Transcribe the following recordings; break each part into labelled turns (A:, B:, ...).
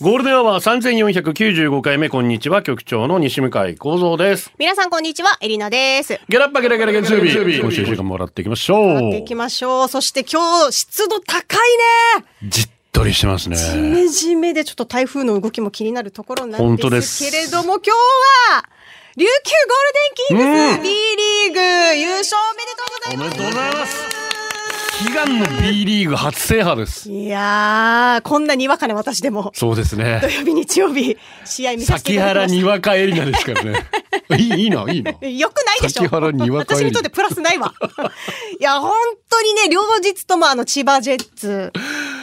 A: ゴールデンアワー三千四百九十五回目こんにちは局長の西向井光三です。
B: 皆さんこんにちは、エリナです。
A: ゲラッパゲラゲラゲラ月曜日今週一週間もらっていきましょ。
B: やっていうきましょう。そして今日、湿度高いね。
A: じっとりしてますね。
B: ジメジメでちょっと台風の動きも気になるところなん
A: 本当で
B: ですすけれども、今日は、琉球ゴールデンキングス B リーグ優勝おめでとうござ
A: おめでとう
B: います。
A: ございます。悲願の B リーグ初制覇です。
B: いやー、こんなにわかな私でも、
A: そうですね
B: 土。曜日、日曜日、試合見させてい
A: 先
B: ただ
A: 原
B: きま
A: に
B: し
A: わかエリナですからね。いいいいな、いいな。
B: た。よくないでしょ
A: 先原にわかエリ
B: 私にとってプラスな いわ。いや、本当にね、両日ともあの、千葉ジェッツ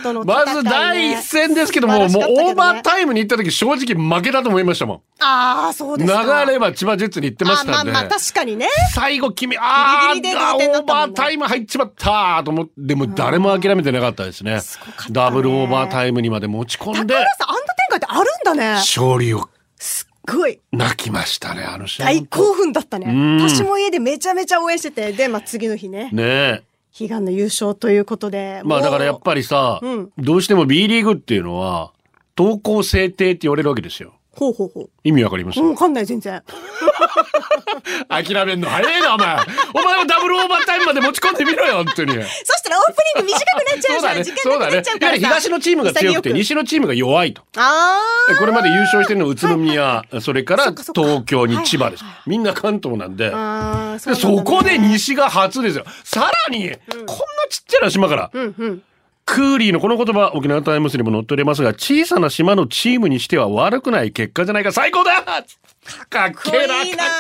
B: との戦
A: ま
B: い、ね。
A: ず第一戦ですけども、もう
B: 素晴らしかったけどね
A: オーバータイムに行った時正直負けだと思いましたもん。
B: ああ、そう
A: 流
B: ですか。
A: れは千葉ジェッツに行ってました
B: あ
A: んで。
B: まあまあ、確かにね。
A: 最後君あ
B: ギリギリで同点
A: ー
B: だ
A: オ
B: っ
A: ー
B: た
A: バ
B: もんね
A: ータイム入っちまったと思ってでも誰も諦めてなかったですね
B: ごかったね
A: ダブルオーバータイムにまで持ち込ん
B: 高
A: で
B: 原さん、あんな展開ってあるんだね。す
A: 勝利を
B: っごい。
A: 泣きましたねあの試合
B: 大興奮だったね
A: ん。
B: 私も家でめちゃめちゃ応援してて、で、まあ次の日ね、
A: ねえ
B: 悲願の優勝ということで。
A: まあ
B: もう
A: だからやっぱりさ、
B: うん
A: どうしても B リーグっていうのは投稿制定って言われるわけですよ
B: ほうほうほう。
A: 意味わかります、
B: うん、わかんない、全然。
A: 諦めんの早いなお前お前はダブルオーバータイムまで持ち込んでみろよ本当に
B: そしたらオープニング短くなっちゃ
A: そうう
B: じゃ
A: だ
B: ん。
A: ね
B: 時
A: そ
B: 間
A: うだ
B: なくな
A: ね
B: っちゃう
A: や
B: か
A: は
B: ら
A: り
B: さ。
A: 東のチームが強くて
B: 潔
A: 西のチームが弱いと
B: あ
A: で
B: あ。
A: これまで優勝してるのは宇都宮、それから
B: そっかそっか
A: 東京に千葉です
B: はいは。
A: みんな関東なんで。
B: ああ、
A: で
B: そうなん
A: そ
B: だね
A: こで。西が初ですよ。さらに、こんなちっちゃな島から、
B: うんうん。
A: クーリーのこの言葉、沖縄タイムスにも載っておりますが、小さな島のチームにしては悪くない結果じゃないか、最高だかっ
B: こ
A: けえ
B: れ
A: なかっ
B: い
A: け
B: い
A: え
B: な
A: な
B: ー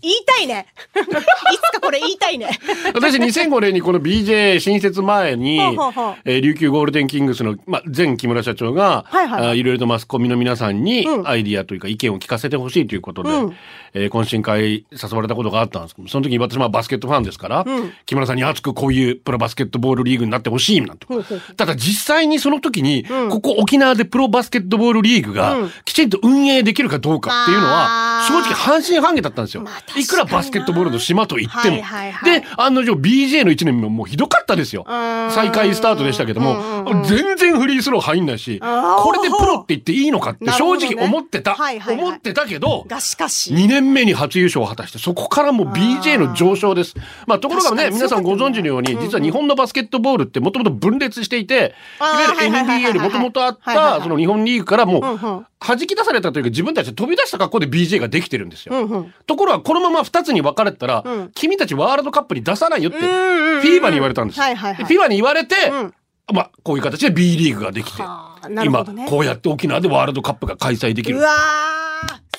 B: 言いたいね。 いつかこれ言いたいね。
A: 私2005年にこの BJ 新設前に
B: ほうほうほう、
A: えー琉球ゴールデンキングスの、まあ、前木村社長が、
B: はいはいはい
A: あーいろいろとマスコミの皆さんに
B: うん
A: アイディアというか意見を聞かせてほしいということで、
B: うん
A: えー懇親会誘われたことがあったんですけど、その時に私はバスケットファンですから、
B: うん
A: 木村さんに熱くこういうプロバスケットボールリーグになってほしいなんて。
B: ほうほうほう
A: ただ実際にその時に、
B: ん
A: ここ沖縄でプロバスケットボールリーグ
B: う
A: が
B: ん
A: きちんと運営できるかどうかっていうのは
B: まあ
A: 正直半信半疑だったんですよ
B: まあ確。かに
A: いくらバスケットボールの島と言っても。
B: はいはいはい
A: で、案の定 BJ の1年ももうひどかったですよ。
B: ん
A: 再開スタートでしたけども、
B: うんうんうん
A: 全然フリースロー入んないし、
B: あー
A: これでプロって言っていいのかって
B: なる
A: 正
B: ほどね
A: 直思ってた。
B: はいはいはい
A: 思ってたけど、
B: がしかし。
A: 2年目に初優勝を果たして、そこからもう BJ の上昇です。まあ、ところがね、
B: 確かに
A: 皆さんご存知のように、
B: うんうん
A: 実は日本のバスケットボールってもともと分裂していて、い
B: あー
A: わゆる
B: はいはいはいは
A: NBA
B: い
A: でもともとあっ
B: はいはいは
A: た、
B: い
A: その日本リーグからもう、
B: うんうん
A: 弾き出されたというか自分たちで飛び出した格好で BJ ができてるんですよ。
B: うんうん。
A: ところがこのまま2つに分かれたら、
B: うん
A: 君たちワールドカップに出さないよって、
B: うんうんうんうん
A: フィーバに言われたんですよ。
B: はいはいはい
A: でフィーバに言われて、
B: ん
A: まあ、こういう形で B リーグができて、
B: はあなる
A: 今
B: ほどね
A: こうやって沖縄でワールドカップが開催できる
B: う。わー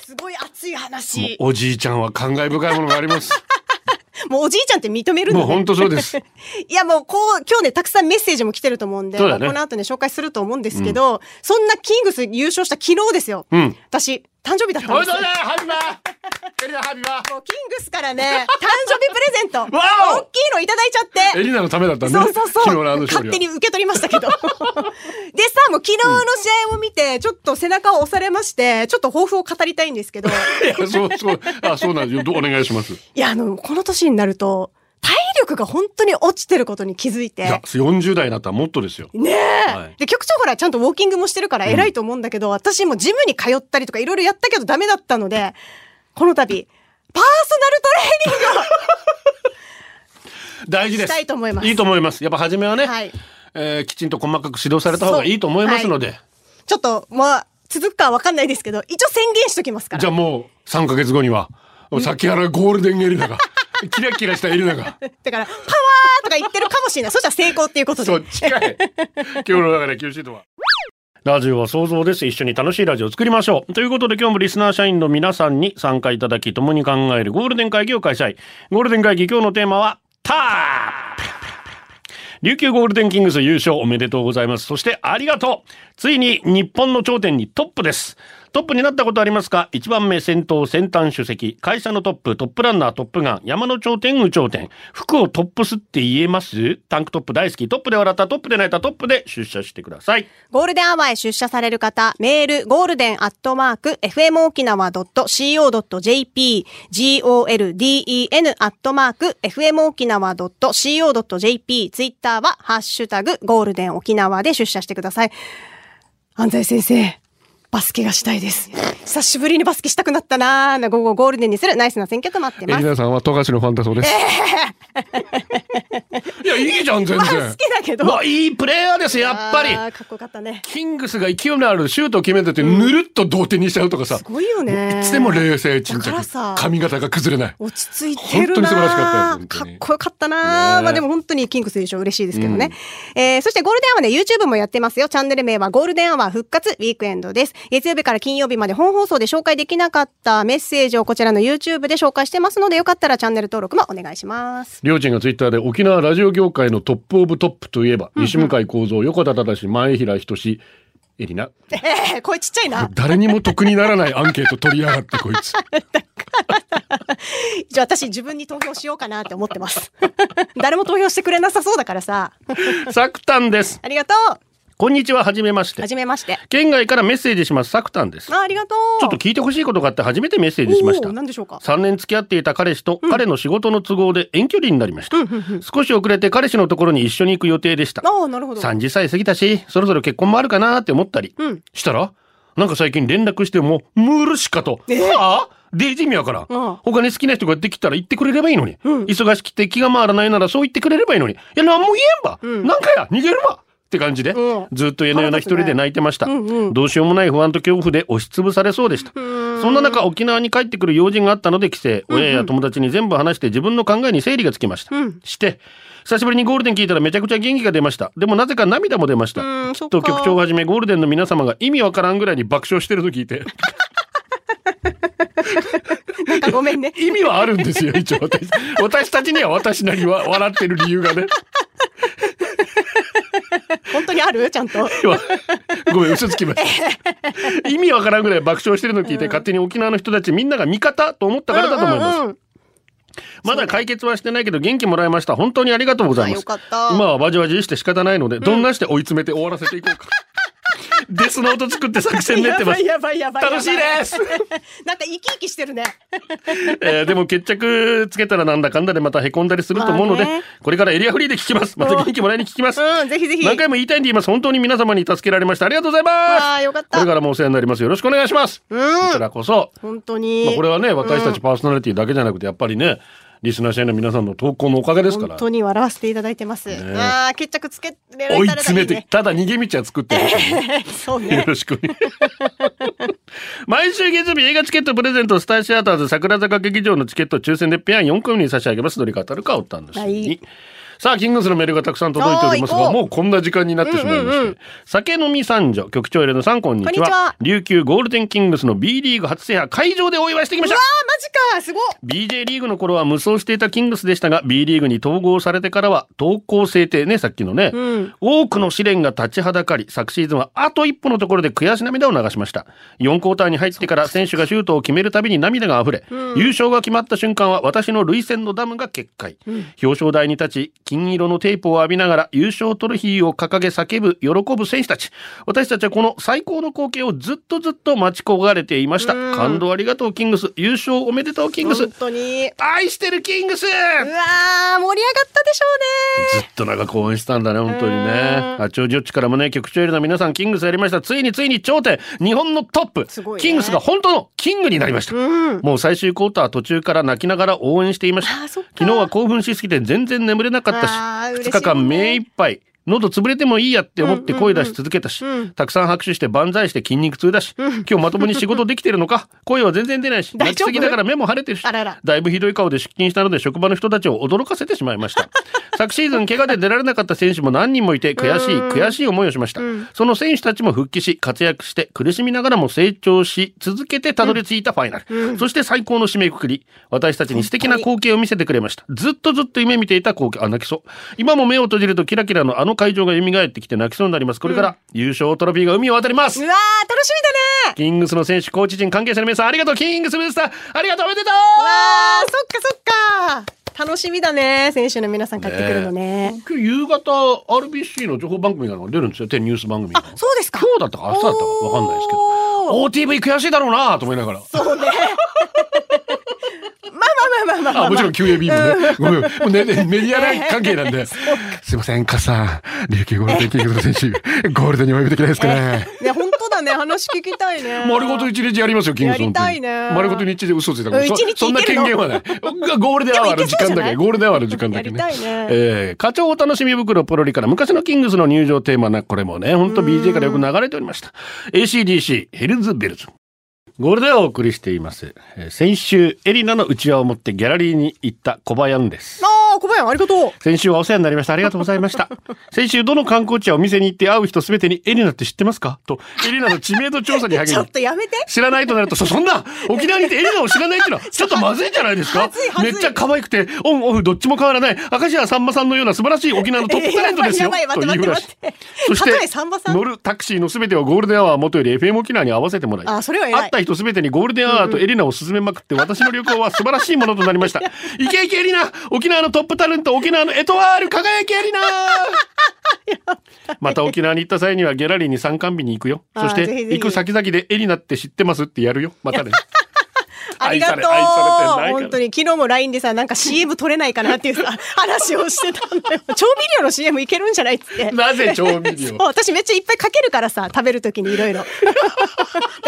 B: すごい熱い
A: もう
B: 話。
A: おじいちゃんは感慨深いものがあり ます。
B: もうおじいちゃんって認めるんだ、
A: もう
B: ね。
A: 本当そうです。
B: いやもうこう、今日ね、たくさんメッセージも来てると思うんで、
A: そうだね
B: まあこの後ね、紹介すると思うんですけど、そんなキングス優勝した昨日ですよ。
A: うん。
B: 私、誕生日だったん
A: おめ
B: で
A: ですとうござい
B: よ
A: ますハビバエリナハビバ
B: もうキングスからね、誕生日プレゼント、大
A: わお
B: きいのいただいちゃって
A: エ。リナのためだったね。
B: そうそうそう。
A: 昨日のあの勝
B: 勝手
A: 利
B: に
A: は。
B: 受け取りましたけど。でさ、 もう昨日の試合を見て、ちょっと背中を押されまして、ちょっと抱負を語りたいんですけ ど、
A: いや、そうそう。あ、そうなんですよ。どうお願いします。い
B: いや、あの、この年になると、体力が本当に落ちてることに気づい
A: や
B: て、。
A: 40代になったらもっとですよ。
B: ねえ、
A: はい
B: で、局長ほら、ちゃんとウォーキングもしてるから偉いと思うんだけど、私もジムに通ったりとかいろいろやったけどダメだったの で、この度、パーソナルトレーニング
A: 大事
B: を
A: です。
B: したいと思います
A: いいと思います。やっぱ初めは ね、
B: はい
A: えーきちんと細かく指導された方がいいと思いますので、
B: ちょっと、まあ、続くかはわかんないですけど、一応宣言しときますから。
A: じゃあもう3ヶ月後には、先原ゴールデンエリナが、 キラキラしたエリナが、
B: だから、パワーとか言ってるかもし れない。そしたら成功っていうことで。
A: そう、近い。今日の中で厳しいとは。ラジオは想像です。一緒に楽しいラジオを作りましょう。ということで今日もリスナー社員の皆さんに参加いただき、共に考えるゴールデン会議を開催。ゴールデン会議今日のテーマは、タープ琉球ゴールデンキングス優勝おめでとうございます。そしてありがとう。ついに日本の頂点にトップです。トップになったことありますか ?1 番目、先頭、先端主席。会社のトップ、トップランナー、トップガン。山の頂点、有頂点。服をトップスって言えますタンクトップ大好き。トップで笑った、トップで泣いた、トップで出社してください。
B: ゴールデンアワーへ出社される方、メール、ゴールデンアットマーク、fmokinawa.co.jp、golden アットマーク、fmokinawa.co.jp、ツイッターは、ハッシュタグ、ゴールデン沖縄で出社してください。安西先生、バスケがしたいです。久しぶりにバスケしたくなったなーな午後ゴールデンにするナイスな選曲待って
C: エ
B: ま
C: リ
B: す。
C: ナさんは富樫のファンだそう です。いや、いいじゃん、全
B: まあ、好
C: 然
B: き。だけど。
A: まあ、いいプレイヤーです、やっぱり。
B: あーかっこよかったね。
C: キングスが勢いのあるシュートを決めてて、ぬるっと同点にしちゃうとかさ。
B: すごいよね。
C: いつでも冷静沈
B: だからさ
C: 着。髪型が崩れない。
B: 落ち着いて
C: 本当
B: るな
C: に素晴らしかったよ本
B: か
C: 当
B: っ
C: に
B: こよかったな、
C: ねえ
B: まあでも本当にキングス優勝嬉しいですけどね、えーそしてゴールデンアワーね YouTube もやってますよチャンネル名はゴールデンアワー復活ウィークエンドです月曜日から金曜日まで本放送で紹介できなかったメッセージをこちらの YouTube で紹介してますのでよかったらチャンネル登録もお願いします
A: りょうちんがツイッターで沖縄ラジオ業界のトップオブトップといえば、西向井幸三、横田忠前平仁エリナ。
B: えー、声ちっちゃいな
C: 誰にも得にならないアンケート取りやがって、こい つ。
B: じゃあ私自分に投票しようかなって思ってます 誰も投票してくれなさそうだからさ
A: サクタンです。
B: ありがと
A: こんにちは、はじめまし
B: う
A: て
B: は。じめまして
A: 県外からメッセージします、サクタンです。ち
B: あありがとう
A: ょっと聞いてほしいことがあって初めてメッセージしました
B: おー。何でしょうか
A: 3年付き合っていた彼氏と彼の仕事の都合で遠距離になりました。少し遅れて彼氏のところに一緒に行く予定でした。
B: ああなるほど
A: 30歳過ぎたし、そろそろ結婚もあるかなーって思ったり、
B: うん
A: したら、なんか最近連絡しても、ムールしかと、はあデイジミやから、
B: うん
A: 他に好きな人ができたら言ってくれればいいのに、忙しくて気が回らないならそう言ってくれればいいのに、いや、なんも言えんば、なんかや、逃げるわって感じで、
B: うん
A: ずっと家のような一人で泣いてました、
B: うんうん
A: どうしようもない不安と恐怖で押しつぶされそうでした。そんな中、沖縄に帰ってくる用事があったので帰省、親や友達に全部話して自分の考えに整理がつきました。
B: うん
A: して、久しぶりにゴールデン聞いたらめちゃくちゃ元気が出ました。でもなぜか涙も出ました。
B: うんそっか
A: と局長をはじめゴールデンの皆様が意味わからんぐらいに爆笑してると聞い て
B: なんかごめんね
C: 意味はあるんですよ、一応私。私たちには私なりは笑ってる理由がね。
B: 本当にあるちゃんと。
A: ごめん嘘つきました 意味わからんぐらい爆笑してるの聞いて、勝手に沖縄の人たちみんなが味方と思ったからだと思います、
B: うんうんうん
A: まだ解決はしてないけど元気もらいました本当にありがとうございま
B: あ
A: す
B: よかった
A: 今はわじわじして仕方ないので、どんなして追い詰めて終わらせていこう かデスノート作って作戦練ってます
B: やばいやばいやばい。
A: 楽しいです
B: なんか生き生きしてるね。
A: えーでも決着つけたらなんだかんだでまたへこんだりすると思うので、
B: まあね
A: これからエリアフリーで聞きますまた元気もらいに聞きます、
B: うん、ぜひぜひ。
A: 何回も言いたいんで言います本当に皆様に助けられましたありがとうございます
B: ああ、よかっ
A: これか
B: た。
A: らもお世話になりますよろしくお願いします、
B: うん
A: こちらこそ、
B: 本当に。
A: まあ、これはね私たちパーソナリティだけじゃなくてやっぱりねリスナー社員の皆さんの投稿のおかげですから
B: 本当に笑わせていただいてます。ああ、決着つけられたらいい
C: 追
B: ね
C: い詰めて、。ただ逃げ道は作ってる。
B: そう
A: よ
B: ね。
A: ろしくお願い 毎週月曜日映画チケットプレゼントスターシアターズ桜坂劇場のチケット抽選でペア4組に差し上げますどれが当たるかおったんです、
B: はい
A: さあキングスのメールがたくさん届いております
B: おー
A: が
B: 行こ
A: もうこんな時間になってしまいまして、酒飲み三女局長エレのさんこんにちは
B: こんにちは
A: 琉球ゴールデンキングスの B リーグ初制覇会場でお祝いしてきま
B: う
A: した
B: わー、マジか、すごっ。
A: BJ リーグの頃は無双していたキングスでしたが B リーグに統合されてからは統合制定ねさっきのね、
B: ん
A: 多くの試練が立ちはだかり昨シーズンはあと一歩のところで悔し涙を流しました4クォーターに入ってから選手がシュートを決めるたびに涙があふれ、優勝が決まった瞬間は私の涙腺のダムが決壊、表彰台に立ち金色のテープを浴びながら優勝トロフィーを掲げ叫ぶ喜ぶ選手たち私たちはこの最高の光景をずっとずっと待ち焦がれていました感動ありがとうキングス優勝おめでとうキングス
B: 本当に。
A: 愛してるキングスず
B: うわー、盛り上がったでしょうね。
A: っと長く応援したんだね本当にね八王子よっちからもね局長よりの皆さんキングスやりましたついについに頂点日本のトップ、
B: すごいね
A: キングスが本当のキングになりました、
B: うん。
A: もう最終クォーター途中から泣きながら応援していました
B: あーそっか
A: 昨日は興奮しすぎて全然眠れなかったし
B: あー嬉しい
A: 2日間目いっぱい喉潰れてもいいやって思って声出し続けたし、
B: うん
A: たくさん拍手して万歳して筋肉痛だし、今日まともに仕事できてるのか声は全然出ないし
B: 大
A: 泣き
B: 丈夫
A: すぎだから目も腫れてるし
B: あらら
A: だいぶひどい顔で出勤したので職場の人たちを驚かせてしまいました昨シーズン怪我で出られなかった選手も何人もいて悔しい悔しい思いをしました、その選手たちも復帰し活躍して苦しみながらも成長し続けてたどり着いたファイナル、そして最高の締めくくり私たちに素敵な光景を見せてくれましたずっとずっと夢見ていた光景あ泣きそう今も目を閉じるとキラキラのあの会場が蘇ってきて泣きそうになりますこれから優勝トロフィーが海を渡ります、
B: うわー、楽しみだね
A: キングスの選手コーチ陣関係者の皆さんありがとうキングスブースターありがとうおめでとう
B: うわー、そっかそっか楽しみだね選手の皆さん帰ってくるのね
A: 今日夕方 RBC の情報番組が出るんですよテレビニュース番組が
B: あ、そうですか
A: 今日だったか明日だったかわかんないですけど
B: おー
A: OTV 悔しいだろうなと思いながら
B: そうね。まあまあまあまあまあ、まあ。
A: あもちろん QAB もねごめんもうねねメディア
B: ええ
A: 関係なん で
C: いません、カさん。琉球ゴールデンキングスの選手、ゴールデンにお呼びできないですかね。
B: ね、本当だね、話聞きたいね。
A: 丸ごと一日やりますよキングス
B: やりたいね
A: 本当に丸ごと日で嘘ついたから
B: うん
A: そ
B: 一日
A: そんな権限はないゴールデンアワーの時間だ
B: でもいけそうじゃな
A: け
B: い
A: ゴールデンアワーの時間だけね
B: やりたいね
A: えー課長お楽しみ袋ポロリから昔のキングスの入場テーマなこれもね本当 BJ からよく流れておりました ACDC ヘルズベルズゴールデンをお送りしています、えー先週エリナの内輪を持ってギャラリーに行った小林です
B: ああ、小林ありがとう。
A: 先週はお世話になりました。ありがとうございました。先週、どの観光地やお店に行って会う人すべてにエリナって知ってますかと、エリナの知名度調査に励
B: ちょ
A: み
B: っ、とやめて。
A: 知らないとなると、そ、そんな、沖縄にいてエリナを知らないってい うのは、ちょっとまずいんじゃないですか
B: ずいはず
A: め
B: い
A: っちゃ可愛くて、オン、オフ、どっちも変わらない、赤字はさんまさんのような素晴らしい沖縄のトップタレントですよ。
B: えーやばいやばい
A: と言うらしい
B: 待って待っ
A: そ
B: て
A: し
B: 例えさんまさ
A: て、
B: ん
A: 乗るタクシーのすべてはゴールデンアワー元より FM 沖縄に合わせてもらい、
B: あそれは偉い
A: 会った人すべてにゴールデンアワーとエリナを勧めまくって、私の旅行は素晴らしいものとなりま した。イケイケエリナ沖縄のトップタレント、沖縄のエトワール、輝けエリナ また沖縄に行った際にはギャラリーに参観日に行くよ。
B: あー
A: そして、
B: ぜひぜひ
A: 行く先々でエリナって知ってますってやる よ。またね。
B: ありがとう。
A: 愛され愛されてないから
B: 本当に昨日も LINE でさ、なんか CM 取れないかなっていうさ、話をしてたんだよ。調味料の CM いけるんじゃないっつって。
A: なぜ調味
B: そう
A: 料
B: 私めっちゃいっぱいかけるからさ食べるときにいろい ろだか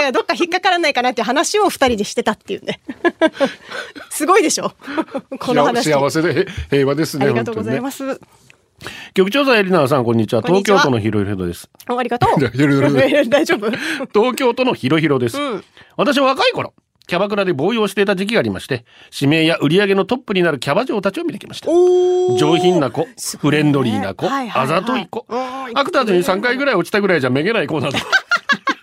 B: らどっか引っかからないかなっていう話を二人でしてたっ ていうねすごいでしょこの話
A: 幸せでへ平和ですね。
B: ありがとうござい
A: 本
B: ます、
A: 当にね局長さんエリナさんこんにちは。
B: こんに
A: 東
B: ちは
A: 京都のひろひろです。
B: おあり がとう
A: やるやる
B: 大丈夫
A: 東京都のひろひろです。
B: ん
A: 私は若い頃、キャバクラで暴用していた時期がありまして、指名や売り上げのトップになるキャバ嬢たちを見てきました。
B: おー
A: 上品な子、
B: す
A: フ
B: ごいね
A: レンドリーな子、
B: はいはいはい
A: あざとい子、
B: おー
A: アクターズに3回ぐらい落ちたぐらいじゃめげない子など、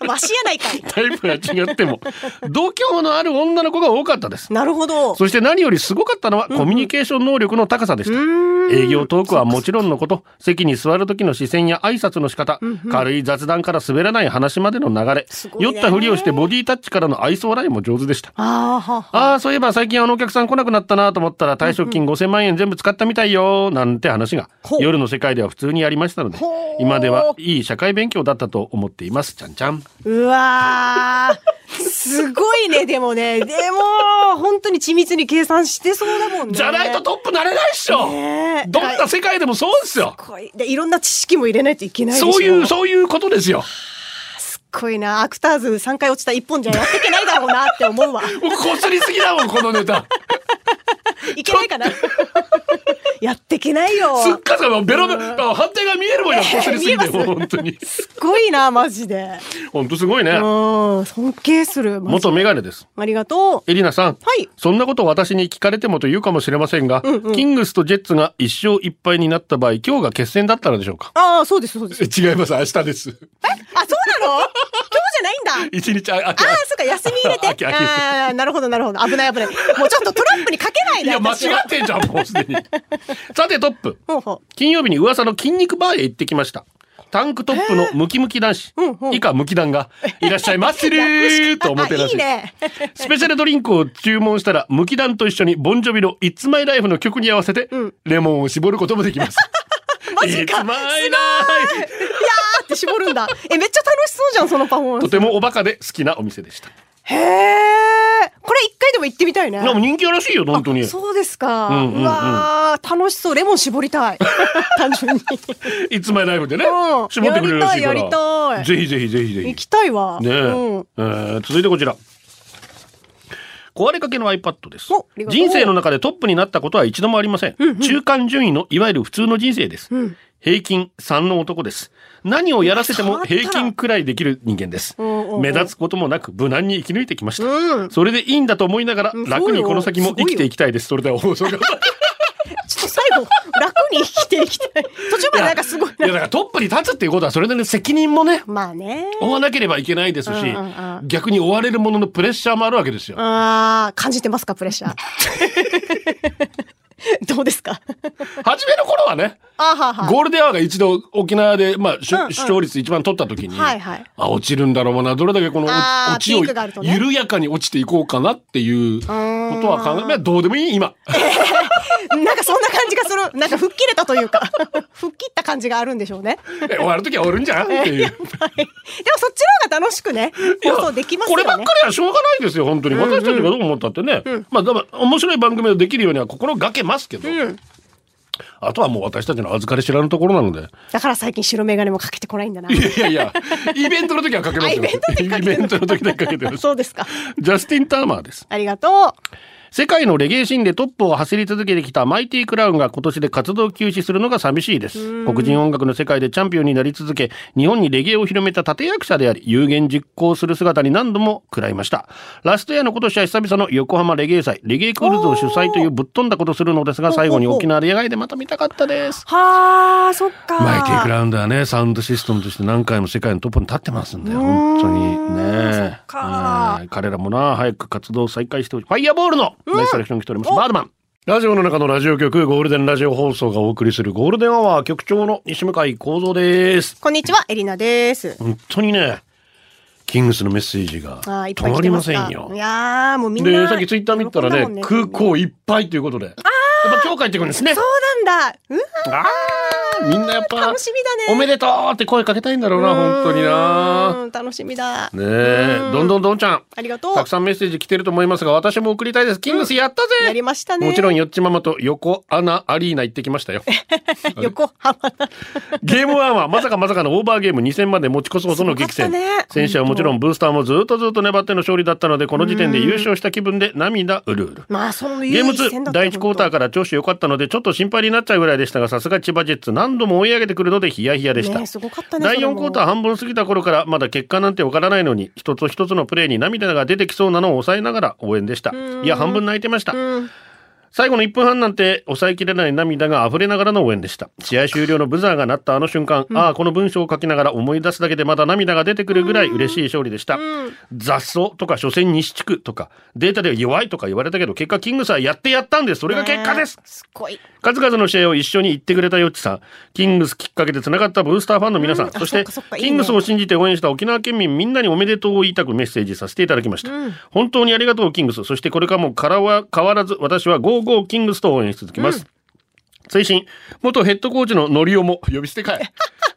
B: わしやないかい
A: タイプが違っても、度胸のある女の子が多かったです。
B: なるほど
A: そして何よりすごかったのはコミュニケーション能力の高さでした。営業トークはもちろんのこと、席に座る時の視線や挨拶の仕方、軽い雑談から滑らない話までの流れ、
B: ごい
A: 酔
B: ね
A: ったふりをしてボディタッチからの愛想笑いも上手でした。
B: あーは
A: ああ、そういえば最近あのお客さん来なくなったなと思ったら退職金5000万円全部使ったみたいよ、なんて話が
B: ほ、う
A: 夜の世界では普通にやりましたので
B: ほ、う
A: 今ではいい社会勉強だったと思っています。ちゃんちゃん。
B: うわーすごいねでもねでも本当に緻密に計算してそうだもんね
A: じゃないとトップなれないっしょ
B: ねえ
A: どんな世界でもそうですよ
B: こいでいろんな知識も入れないといけないでしょ
A: そういう、そういうことですよ。
B: すっごいなアクターズ3回落ちた1本じゃやっていけないだろうなって思う わ
A: もうこすりすぎだ もん、このネタ。
B: いけないかなやっていけないよ
A: すっかさん、ベロベロ、あ判定が見えるもん よ、
B: ええ
A: こすりすぎ
B: 見
A: て、
B: えます
A: もう本当に。
B: すっごいなマジで
A: 本当すごいうね。
B: ん尊敬するマジ
A: 元メガネです。
B: ありがとう
A: エリナさん。
B: はい
A: そんなこと私に聞かれてもというかもしれませんが、キングスとジェッツが一勝一敗になった場合、今日が決戦だったのでしょうか
B: ああそうで すそうです
C: 違います、明日です。
B: あそうなの今日じゃないんだ
A: 一日、あ、あ
B: ああ、そっか、休み入 れ
A: あ
B: て。
A: ああ
B: ああ、なるほど、なるほど。危ない、危ない。もうちょっとトラップにかけない
A: い
B: で。
A: や、間違
B: 私は
A: ってんじゃん、もうすでに。さて、トップ。
B: ほうほ
A: 金曜日に噂の筋肉バーへ行ってきました。タンクトップのムキムキ男子、
B: うんうん
A: 以下ムキ団が、いらっしゃいます
B: う。
A: るとおもて
B: あ
A: なし。
B: い いね。
A: スペシャルドリンクを注文したら、ムキダンと一緒にボンジョビの It's My Life の曲に合わせて、レモンを絞ることもでき ます。マジか It's My Life!
B: いやーって絞るんだ。え、めっちゃ楽しそうじゃん、そのパフォーマンス。
A: とてもおバカで好きなお店でした。
B: へえ。これ一回でも行ってみたいね。
A: でも人気らしいよ、本当に。
B: そうですか。
A: んうんうん
B: うわー楽しそう。レモン絞りたい。単純に。
A: It's My Life でね
B: うん、
A: 絞ってくれるらしいから。
B: やりたいやりたい
A: ぜひぜひぜひぜひ
B: 行。きたいわ。
A: ねえ、
B: うん。
A: えー続いてこちら壊れかけの iPad です
B: おありがとう
A: 人生の中でトップになったことは一度もありません、中間順位のいわゆる普通の人生です、平均3の男です何をやらせても平均くらいできる人間です
B: んうんうん
A: 目立つこともなく無難に生き抜いてきました、それでいいんだと思いながら
B: ん
A: 楽にこの先も生きていきたいですそれでは放送が い
B: ちょっと最後、楽に生きていき たい。途中までなんかすごい
A: やだ
B: な。
A: からトップに立つっていうことはそれなりの責任もね
B: まあね。
A: 負わなければいけないですし、
B: うんうんうん
A: 逆に追われるもののプレッシャーもあるわけですよ
B: あー感じてますか、プレッシャー。 どうですか
A: 初めの頃はね、
B: あはは。
A: ゴールデンアワーが一度沖縄で、まあ、し
B: うんうん
A: 視聴率一番取った時に、
B: はいはい。
A: あ、落ちるんだろうな、どれだけこの
B: あー
A: 落ちを
B: ピークがあるとね
A: 緩やかに落ちていこうかなっていうこと
B: ーん
A: は考え、まあ、どうでもいい、今。
B: なんかそんな感じがする。なんか吹っ切れたというか、 吹っ切った感じがあるんでしょうね。
A: え終わる時は終わるんじゃんっていう。
B: はい。でもそっちの方が楽しくね、放送できます
A: こ
B: よ
A: れ
B: ね。
A: ばっかりはしょうがないですよ、本当に。私たちがどう思ったってね。まあ、だから面白い番組をできるようには心がけますけど、あとはもう私たちの預かり知らぬところなの で。
B: だから最近白眼鏡もかけてこないんだな。
A: い やいやいや、イベントの時はかけますよ。
B: あイベントの時かけてる
A: イベントの時だけかけてます。
B: そうですか。
A: ジャスティン・ターマーです。
B: ありがと
A: 世界のレゲエシーンでトップを走り続けてきたマイティクラウンが今年で活動休止するのが寂しいです。黒人音楽の世界でチャンピオンになり続け、日本にレゲエを広めた立役者であり、有言実行する姿に何度も食らいました。ラストイヤーの今年は久々の横浜レゲエ祭、レゲエクールズを主催というぶっ飛んだことするのですが、最後に沖縄で野外でまた見たかったです。
B: う。はあ、そっか。
A: マイティクラウンドはね、サウンドシステムとして何回も世界のトップに立ってますんで、本当にね。
B: か
A: うん彼らもな、早く活動を再開してほしい。ファイヤーボールのナイスセレクション来ております。バードマン。ラジオの中のラジオ局、ゴールデンラジオ放送がお送りするゴールデンアワー局長の西向井幸三です。
B: こんにちは、エリナです。
A: 本当にね、キングスのメッセージが
B: あーいっ
A: 止
B: ぱい
A: ま
B: 来
A: り
B: て
A: ま
B: ます
A: せ
B: か
A: んよ
B: い。やーもうみんな。
A: で、さっきツイッター見たら
B: 喜
A: ね
B: んだもん
A: 空港いっぱいということで。やっぱ今日帰ってくるんですね
B: そ。うなんだ。うわ
A: ああ、みんなやっぱ、
B: 楽しみだね。
A: おめでとうって声かけたいんだろうな、本当にな。
B: うん。楽しみだ。
A: ねえ、どんどんどんちゃん。
B: ありがとう。
A: たくさんメッセージ来てると思いますが、私も送りたいです。キングスやった
B: や
A: ぜ、
B: りましたね。
A: もちろん、よっちママと横穴アリーナ行ってきましたよ。
B: 横浜だ。
A: ゲームワンは、まさかまさかのオーバーゲーム2000まで持ち越すほどの激戦。
B: すごかったね
A: 選手はもちろん、ブースターもずっとずっと粘っての勝利だったので、この時点で優勝した気分で涙うるうる。
B: まあそういう
A: ゲーム
B: 一戦
A: 2
B: だった
A: 第1クォーターから調子良かったのでちょっと心配になっちゃうぐらいでしたがさすが千葉ジェッツ何度も追い上げてくるのでヒヤヒヤでした,、
B: ねえすごかったね
A: 第
B: それ
A: 4
B: も
A: クォーター半分過ぎた頃からまだ結果なんてわからないのに一つ一つのプレーに涙が出てきそうなのを抑えながら応援でしたいや半分泣いてました最後の1分半なんて抑えきれない涙が溢れながらの応援でした試合終了のブザーが鳴ったあの瞬間、ああこの文章を書きながら思い出すだけでまだ涙が出てくるぐらい嬉しい勝利でした、雑草とか所詮西地区とかデータでは弱いとか言われたけど結果キングスはやってやったんですそれが結果です、
B: ねすっごい。
A: 数々の試合を一緒に行ってくれたヨッチさん、キングスきっかけでつながったブースターファンの皆さん、
B: うんあ
A: そして
B: そっかそっかいいね
A: キングスを信じて応援した沖縄県民みんなにおめでとうを言いたくメッセージさせていただきました。本当にありがとうキングス、そしてこれからもからは変わらず私はゴーゴーキングスと応援し続けます。推進、元ヘッドコーチのノリオも呼び捨て かい。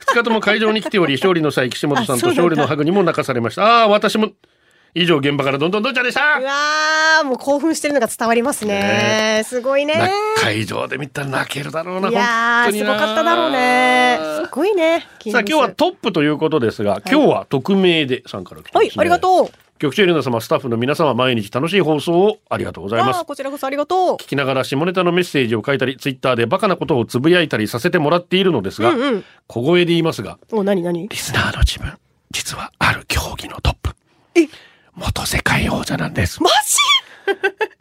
A: 2日とも会場に来ており、勝利の際、岸本さんと
B: あそうなんだ
A: 勝利のハグにも泣かされました。ああー、私も。以上、現場からどんどんどんちゃんでした
B: う。わーもう興奮してるのが伝わりますね。すごいね。
A: な会場で見たら泣けるだろうな、
B: い
A: 本
B: やー
A: 当
B: す
A: に
B: ご
A: な
B: かっただろうね。すごいね。
A: さあ今日はトップということですが、今日は匿名でさんから来てま
B: は
A: す、
B: い
A: ね。
B: ありがとう。
A: 局長エレナ様、スタッフの皆様、毎日楽しい放送をありがとうございま
B: あ
A: す
B: あ。こちらこそありがとう。
A: 聞きながら下ネタのメッセージを書いたり、ツイッターでバカなことをつぶやいたりさせてもらっているのですが、小声で言いますが、
B: お何何？
A: リスナーの自分、実はある競技のトップ。
B: え
A: 元世界王者なんです。
B: マ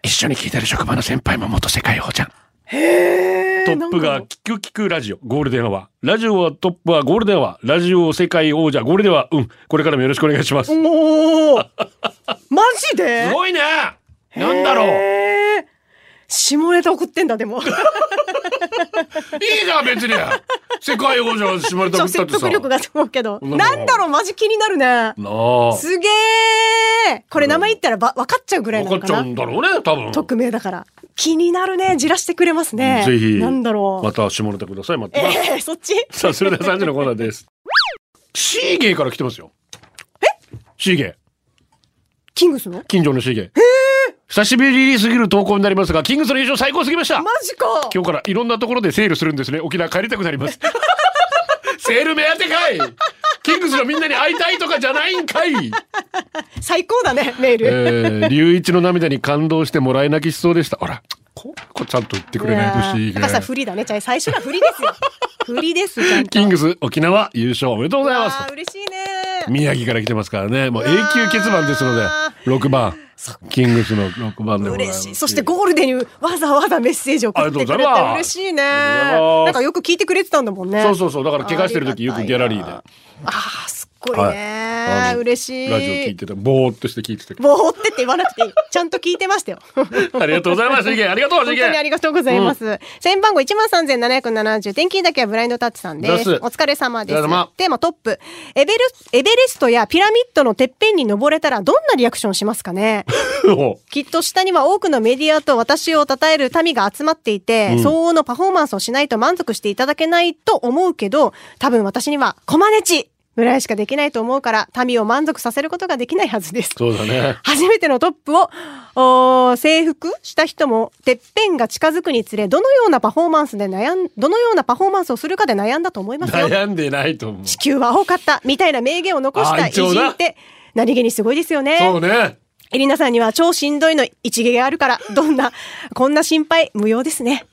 A: 一緒に聞いてる職場の先輩も元世界王者。
B: ジ？
A: トップ
B: な
A: が
B: んか
A: 聞く聞くラジオ、ゴールデンは。ラジオはトップはゴールデンは。ラジオ世界王者、ゴールデンは。うん。これからもよろしくお願いします。
B: おお。マジで？
A: すごいねなんだろう
B: へー下ネタ送ってんだでも。
A: いいじゃん別に世界王者はしまれたぶった
B: 説
A: ってさ
B: 得力がと思うけど。
A: んなもん
B: なんだろうマジ気になるね。
A: なあ
B: すげえ。これ名前言ったらば分かっちゃうぐらいな
A: 分
B: の
A: かっち
B: か
A: ゃ
B: な。
A: うんだろうね多分
B: 匿名だから気になるねじらしてくれますね
A: ぜひ
B: なんだろう、
A: また下ネタください待ってます、
B: えー、そっち
A: さあそれでは3時のコーナーですシーゲーから来てますよえシーゲー
B: キングスの
A: 近所のシーゲー久しぶりすぎる投稿になりますがキングスの優勝最高すぎました
B: マジか
A: 今日からいろんなところでセールするんですね沖縄帰りたくなります セール目当てかいキングスのみんなに会いたいとかじゃないんかい
B: 最高だねメール、
A: えー、龍一の涙に感動してもらい泣きしそうでした。あら、ここちゃんと言ってくれないと不思議
B: だからさフリだねじゃあ最初がフリです よフリですちゃんと
A: キングス沖縄優勝おめでとうございま
B: あ
A: す。
B: 嬉しいね
A: 宮城から来てますからね。もう永久欠番ですので、6番。キングスの6番でございま
B: 嬉
A: す。
B: しいそしてゴールデンにわざわざメッセージを送ってくれて
A: ありがとうございま
B: 嬉
A: す
B: しいね
A: ありがとうございます
B: なんかよく聞いてくれてたんだもんね
A: そうそうそう。だから怪我してる時よ
B: あ
A: く
B: り
A: ギャ
B: がた
A: ラ
B: い
A: リー
B: な
A: で。
B: あーすっこいいね、
A: はいあの
B: 嬉しい
A: ラジオ聞いてた。ぼーっとして聞いてたけ
B: ぼーってって言わなくていい。ちゃんと聞いてましたよ。
A: ど。ありがとうございます。次元ありがとう、次
B: 本当にあ
A: 元
B: りがとうございます。千番号一万三千七百七十。天気だけはブラインドタッチさんです。
A: です
B: お疲れ様です
A: お疲れ様。
B: テーマトップ。エベルエベレストやピラミッドのてっぺんに登れたらどんなリアクションしますか ね。 きっと下には多くのメディアと私を称える民が集まっていて、相応のパフォーマンスをしないと満足していただけないと思うけど、多分私にはコマネチぐらいしかできないと思うから、民を満足させることができないはずです。
A: そうだね。
B: 初めてのトップをおー征服した人もてっぺんが近づくにつれどのようなパフォーマンスで悩んどのようなパフォーマンスをするかで悩んだと思います よ
A: 悩んでないと思う。
B: 地球は青かったみたいな名言を残し
A: あ
B: た偉
A: 一応
B: 人
A: な
B: って何気にすごいですよ
A: そ
B: ね
A: うね。
B: エリナさんには超しんどいの一芸があるからどんなこんな心配無用ですね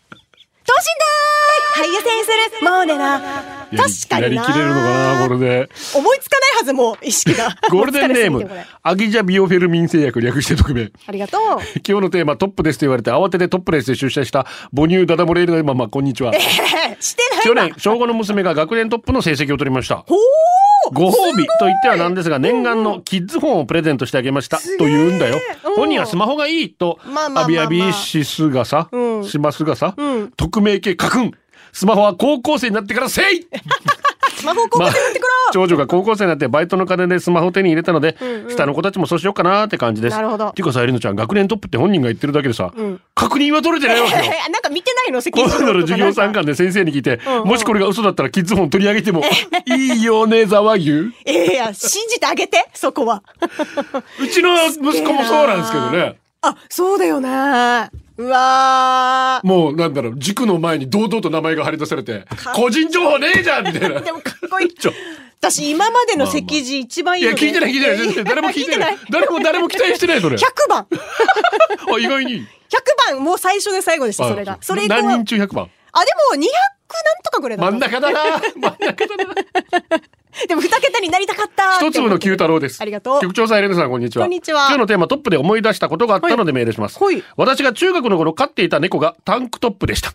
B: 超しんどい俳優戦するもうねな
A: やり
B: 確かにな
A: やりきれるのかな、これ で。
B: 思いつかないはずもう意識が
A: ゴールデンネー
B: お疲れすぎてこ
A: ム
B: れ、
A: アギジャビオフェルミン製薬略して特命。
B: ありがとう
A: 今日のテーマトップですと言われて慌ててトップレスで出社した母乳ダダ漏れるのママこんにちは
B: してない
A: 去年小5の娘が学年トップの成績を取りましたご褒美と言ってはなんですが念願のキッズ本をプレゼントしてあげましたと言うんだよ
B: うん
A: 本人はスマホがいいと
B: まあまあまあまあ
A: アビアビしすがさ
B: うん
A: しますがさ
B: うん
A: 匿名系カクンスマホは高校生になってからせい
B: 魔法効
A: ま
B: 果
A: あ
B: で持ってころ、
A: 長女が高校生になってバイトの金でスマホを手に入れたので、下の子たちもそうしようかなって感じです。
B: なるほど
A: ていうかさ、エリノちゃん、学年トップって本人が言ってるだけでさ、
B: ん
A: 確認は取れてないわけよ。
B: えなんか見て ないの責
A: 今
B: 任
A: 度の授業参観で先生に聞いて、もしこれが嘘だったらキッズ本取り上げて もいいよね、ザワ牛。う
B: いやいや、信じてあげて、そこは。
A: ちの息子もそうなんですけどね、
B: あ、そうだよね。うわ
A: もうなんだろう、塾の前に堂々と名前が張り出されて、個人情報ねえじゃんみたいな
B: ー。で。もかっこいい
A: ちょ。
B: 私、今までの席次一番い
A: い
B: いよ
A: や、
B: ね、
A: 聞いてない、聞いてない全然。誰も聞いてない。誰も、誰も期待してない、それ。
B: 100番。100
A: あ、意外に。
B: 番、もう最初で最後でした、 それ
A: あ
B: が。それ以降は。あ、で
A: 何
B: も
A: 人中100番。
B: 200なんとかぐらいだ
A: 真ん
B: った。
A: 中だ な。真ん中
B: でも2桁になりたかったって
A: 一
B: 思って。
A: 粒の九太郎です。
B: ありがとう
A: 局長さん、エレナさん、こんにちは。
B: こんにちは
A: 今日のテーマ、トップで思い出したことがあったのでメールします
B: ほい。
A: 私が中学の頃飼っていた猫がタンクトップでした。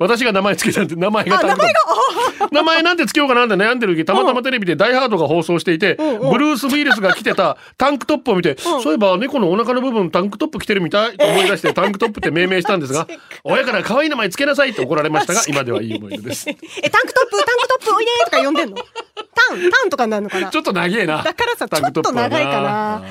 A: 私が名前つけたんで、名前が
B: あ、
A: タン
B: 名
A: クトッ
B: 前が、
A: プ。名前なんてつけようかなって悩んでる時、たまたまテレビでダイハードが放送していて、ブ
B: んうん
A: ルース・ウィーレスが着て たタンクトップを見て、そういえば猫のお腹の部分タンクトップ着てるみたいと思い 出してタンクトップって命名したんですが、親から可愛い名前つけなさいって怒られましたが、今ではいい思い出 です。ち
B: え、タンクトップ、タンクトップ、おいでーとか呼んでんのタン、タンとかになるのかな
A: ょっと長えな。
B: だからさ、
A: タン
B: ちょ
A: クト
B: っ
A: ップ
B: と
A: は
B: 長いかな。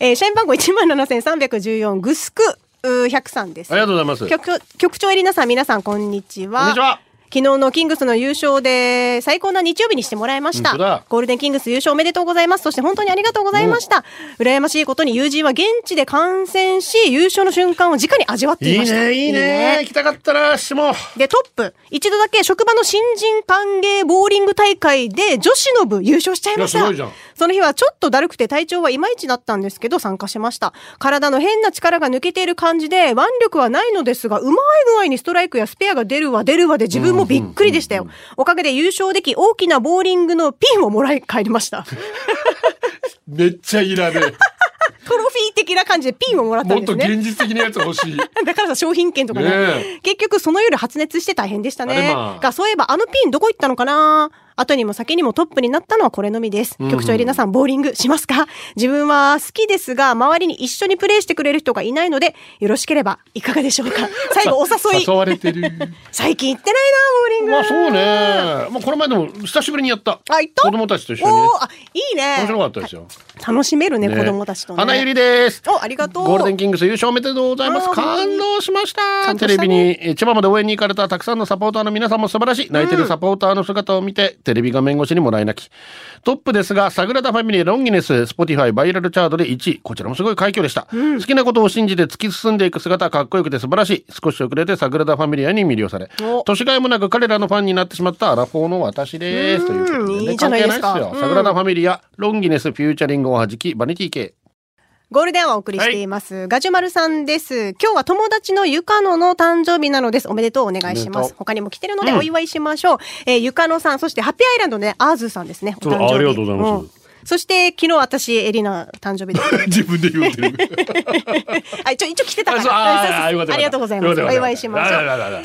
B: えー社員番号17,314、グスクうー103です。
A: ありがとうございます。
B: 局長局長エリナさん、皆さん、こんにちは。
A: こんにちは
B: 昨日のキングスの優勝で最高な日曜日にしてもらいまし
A: 本当だ
B: た。ゴールデンキングス優勝おめでとうございます。そして本当にありがとうございました。羨ましいことに友人は現地で観戦し、優勝の瞬間を直に味わって
A: い
B: い
A: い
B: ました。
A: ね、いいね。行きたかったな、しも。
B: で、トップ。一度だけ職場の新人歓迎ボーリング大会で女子の部優勝しちゃいました。
A: いやすごいじゃん
B: その日はちょっとだるくて体調はいまいちだったんですけど参加しました。体の変な力が抜けている感じで腕力はないのですが、うまい具合にストライクやスペアが出るわ出るわで自分もびっくりでしたよ。おかげで優勝でき大きなボーリングのピンをもらい帰りました。 トロ
A: めっちゃいいな ね。
B: フィー的な感じでピンをもらったん
A: もっ
B: で
A: と
B: すね。
A: 現実的なやつ欲しい。
B: だからさ、商品券とかね。
A: ね
B: 結局、その夜発熱して大変でした
A: あれ
B: ね。
A: まあ
B: が、そういえば、あのピンどこ行ったのかな後にも先にもトップになったのはこれのみです。局長エリナさん、ボーリングしますか自分は好きですが、周りに一緒にプレイしてくれる人がいないので、よろしければいかがでしょう か。最後、お誘い。
A: 誘われ てる。
B: 最近行ってないな、ボーリング。
A: まあそうね。まあこの前でも久しぶりにやった。
B: あ行った
A: 子供たちと一緒
B: お
A: にね
B: ー。あ、いいね。
A: 面白かったですよ。
B: 楽しめるね、子供たちとね。
A: 花ゆりです。
B: お、ありがとう。
A: ゴールデンキングス優勝おめでとうございます。
B: あー本当
A: 感
B: に
A: 動しました。
B: 感動
A: テ
B: し
A: レ
B: たね
A: ビにえ千葉まで応援に行かれたたくさんのサポーターの皆さんも素晴らしい。泣いてるサポーターの姿を見て、テレビ画面越しにもらい泣き。トップですが、サグラダ・ファミリー、ロンギネス、スポティファイ、バイラルチャートで1位。こちらもすごい快挙でした。好きなことを信じて突き進んでいく姿、かっこよくて素晴らしい。少し遅れてサグラダ・ファミリアに魅了され
B: お、
A: 年がいもなく彼らのファンになってしまったアラフォーの私です。ということでね
B: いいじゃないですか
A: 関係な
B: うん
A: サグラダ・ファミリア、ロンギネス、フューチャリングをはじき、バニティ系。
B: ゴールデンはお送りしています。ガジュマルさんです。今日は友達のゆかのの誕生日なのです。おめでとうお願いしま。
A: おめですとう
B: 他にも来てるのでお祝いしましょう。えーゆかのさん、そしてハッピーアイランドね、アーズーさんですね。お
A: そう
B: 誕生日
A: ありがとうございます
B: んそして昨日私エリナ誕生日 で
A: 自分で言うてる。
B: あ一応一応来てた
A: あ
B: から
A: そうああ
B: そうそうそう
A: よかったよかった
B: ありがとうございます
A: よ
B: お
A: かったよかった
B: 祝いしましょ
A: あ
B: う
A: らららら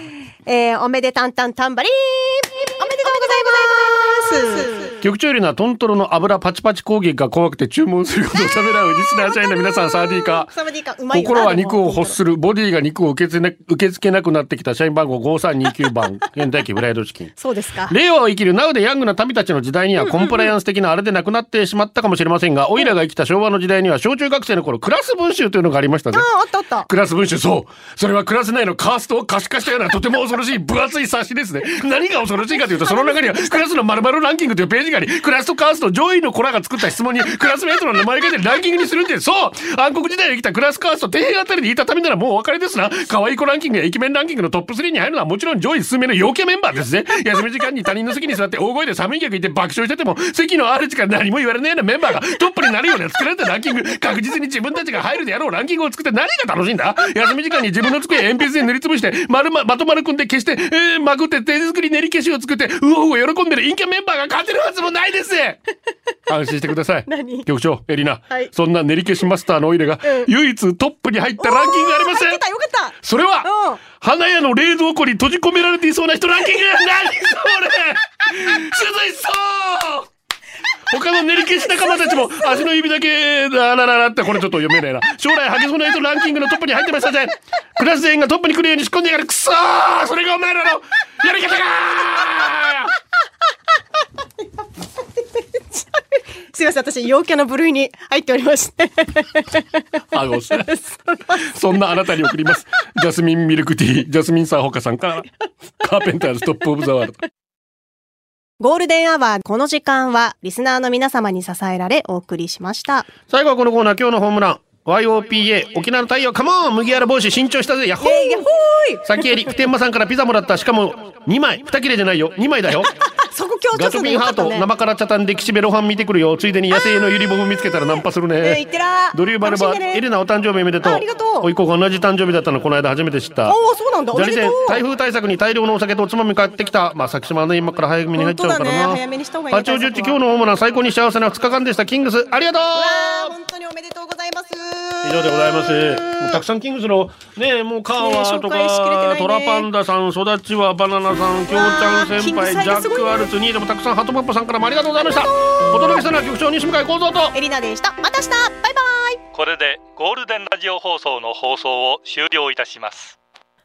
B: えーおめでたんたんたんばりーんおめでとうございます
A: 局長よりなトントロの油パチパチ攻撃が怖くて注文することをためらうリスナー社員の皆さん、サーディーカ
B: サバディーカうまいよな
A: 心は肉を欲する、ボディが肉を受け付けな受け付けなくなってきた社員番号5329番、 現代機フライドチキン。
B: そうですか。
A: 令和を生きるナウでヤングな民たちの時代にはコンプライアンス的なあれでなくなってしまったかもしれませんが、オイラが生きた昭和の時代には小中学生の頃クラス文集というのがありましたね
B: あ。あ、あったあった。
A: クラス文集、そう。それはクラス内のカーストを可視化したようなとても恐ろしい分厚い冊子ですね。何が恐ろしいかというと、その中にはクラスの〇〇ランキングというページがあり、クラスとカースト上位の子らが作った質問にクラスメートの名前が出てランキングにするんで、そう暗黒時代に生きたクラスカースト底辺あたりにいたためならもうお別れですな。可愛い子ランキングやイケメンランキングのトップ3に入るのはもちろん上位数名の陽キャメンバー ですね。休み時間に他人の席に座って大声で寒い客いて爆笑してても、席の主から何も言われないようなメンバーがトップになるような作られたランキング、確実に自分たちが入るであろうランキングを作って何が楽しいんだ休み時間に自分の机を鉛筆で塗りつぶして、丸ま、まとまる組んで消して、えー、まくって手作り練り消しを作って、うおうお喜んでる陰キャメンバーが勝てるはずもない です安心してください。
B: 何
A: 局長、エリナ、
B: はい
A: そんな練り消しマスターのオイレが、唯一トップに入ったランキングがありませ
B: おー入
A: ん
B: ってたよかった。
A: それは、
B: うん
A: 花屋の冷蔵庫に閉じ込められていそうな人ランキング何それ涼しそう他の練り消し仲間たち も足の指だけ、あらららってこれちょっと読めないな。将来ハゲそうな人ランキングのトップに入ってましたぜ。クラス全員がトップに来るように仕込んでやがる。くそーそれがお前らのやり方か
B: すいません、私、陽キャの部類に入っておりまして。
A: あ ごすそんなあなたに送ります。ジャスミンミルクティー、ジャスミンサーホカさんから、カーペンターズトップオブザワールド。
B: ゴールデンアワー、この時間は、リスナーの皆様に支えられ、お送りしました。
A: 最後はこのコーナー、今日のホームラン。YOPA、沖縄の太陽、カモン麦わら帽子、新調したぜ、ヤッホー
B: いや、ほーい
A: 先襟、普天間さんからピザもらった、しかも2枚、2切れじゃないよ、2枚だよ。
B: そこ強
A: ガ
B: 調
A: チョ
B: するの
A: ピン
B: よか
A: ハー
B: った
A: ト、
B: ね。
A: 生からチャタンで岸辺露伴見てくるよ。ついでに野生のユリボム見つけたらナンパする
B: えー、いっ
A: ね。
B: てらー。
A: ドリューバルバ
B: 楽しんでね
A: エレナお誕生日おめでとう。
B: あありがとう
A: おいこが同じ誕生日だったの、この間初めて知った。
B: おーそうなんだお
A: ジャ
B: め
A: リ
B: でとう
A: ゼン、台風対策に大量のお酒とおつまみ買ってきた。まあ、先島はね、今から早めに入っちゃうから
B: 本当だ
A: な。
B: ね早めにした方がいいね
A: 八王子っち、今日のホームラン、最高に幸せな2日間でした。キングス、ありがとう
B: わー本当におめでとうございます。
A: 以上でございます。もうたくさんキングスのねもうカーワーとか、
B: ね紹介しきれてないね
A: トラパンダさん、育ちはバナナさん、きょうちゃん先輩、
B: キングサイ
A: ジャ
B: がす
A: ッ
B: ごいね
A: クアルツニーでもたくさんハトマップさんからもありがとうございました。お届けしたのは局長西向井幸三と。
B: エリナでした。また明日バイバイ
D: これでゴールデンラジオ放送の放送を終了いたします